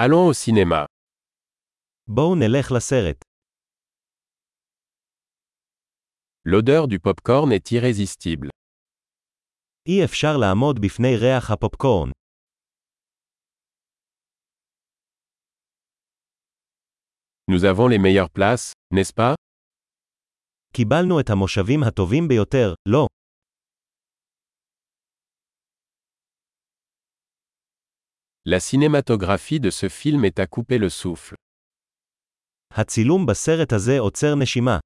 Allons au cinéma. בואו נלך לסרט. L'odeur du pop-corn est irrésistible. אי אפשר לעמוד בפני ריח הפופקורן. Nous avons les meilleures places, n'est-ce pas קיבלנו את המושבים הטובים ביותר, לא. La cinématographie de ce film est à couper le souffle. הצילום בסרט הזה עוצר נשימה.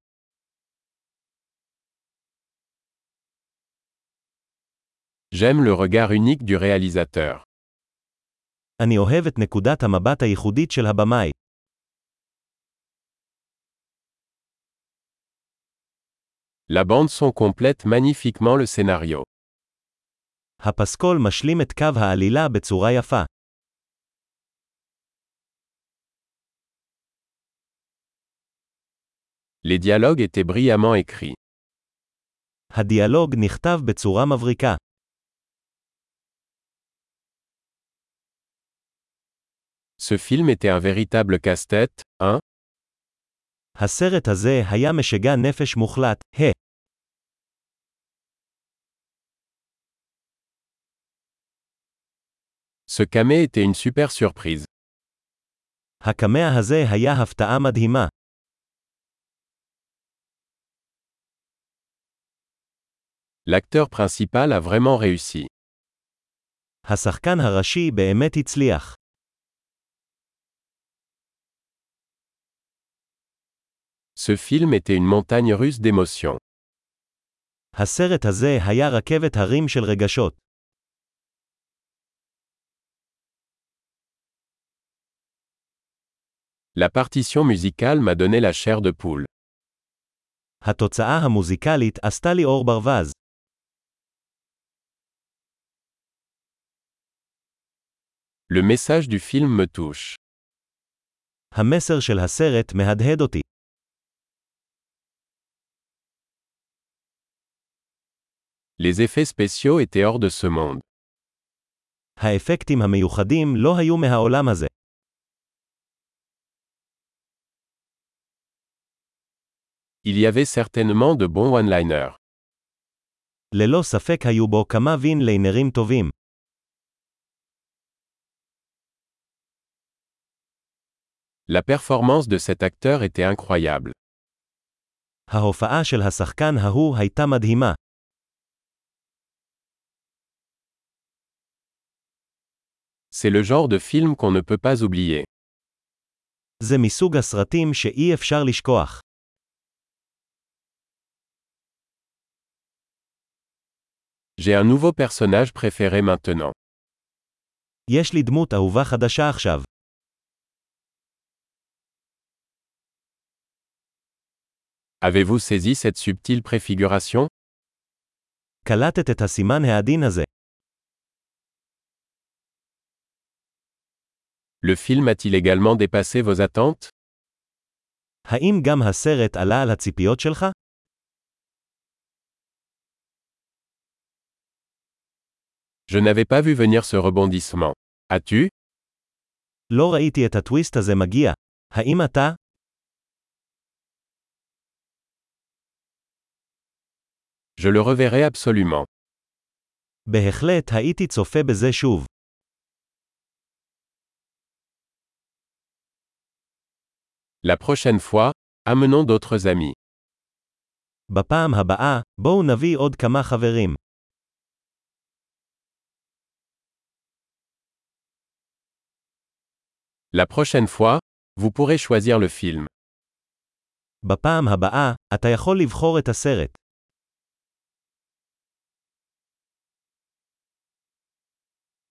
J'aime le regard unique du réalisateur. אני אוהב את נקודת המבט הייחודית של הבמאי. La bande-son complète magnifiquement le scénario. הפסקול משלים את קו העלילה בצורה יפה. Les dialogues étaient brillamment écrits. הדיאלוג נכתב בצורה מבריקה. Ce film était un véritable casse-tête, hein הסרט הזה היה משגע נפש מוחלט, ה. Ce camé était une super surprise. הקמע הזה היה הפתעה מדהימה. L'acteur principal a vraiment réussi. השחקן הראשי באמת הצליח. Ce film était une montagne russe d'émotions. הסרט הזה היה רכבת הרים של רגשות. La partition musicale m'a donné la chair de poule. התוצאה המוזיקלית עשתה לי אור ברווז. Le message du film me touche. המסר של הסרט מהדהד אותי. Les effets spéciaux étaient hors de ce monde. האפקטים המיוחדים לא היו מהעולם הזה. Il y avait certainement de bons one-liners. ללא ספק היו בו כמה וין ליינרים טובים. La performance de cet acteur était incroyable. ההופעה של השחקן ההוא הייתה מדהימה. C'est le genre de film qu'on ne peut pas oublier. זה מסוג הסרטים שאי אפשר לשכוח. J'ai un nouveau personnage préféré maintenant. יש לי דמות אהובה חדשה עכשיו. Avez-vous saisi cette subtile préfiguration קלטת את הסימן העדין הזה. Le film a-t-il également dépassé vos attentes האם גם הסרט עלה על הציפיות שלך? Je n'avais pas vu venir ce rebondissement. As-tu לא ראיתי את הטוויסט הזה מגיע. האם אתה? Je le reverrai absolument. בהחלט הייתי צופה בזה שוב. La prochaine fois, amenons d'autres amis. בפעם הבאה, בואו נביא עוד כמה חברים. La prochaine fois, vous pourrez choisir le film. בפעם הבאה, אתה יכול לבחור את הסרט.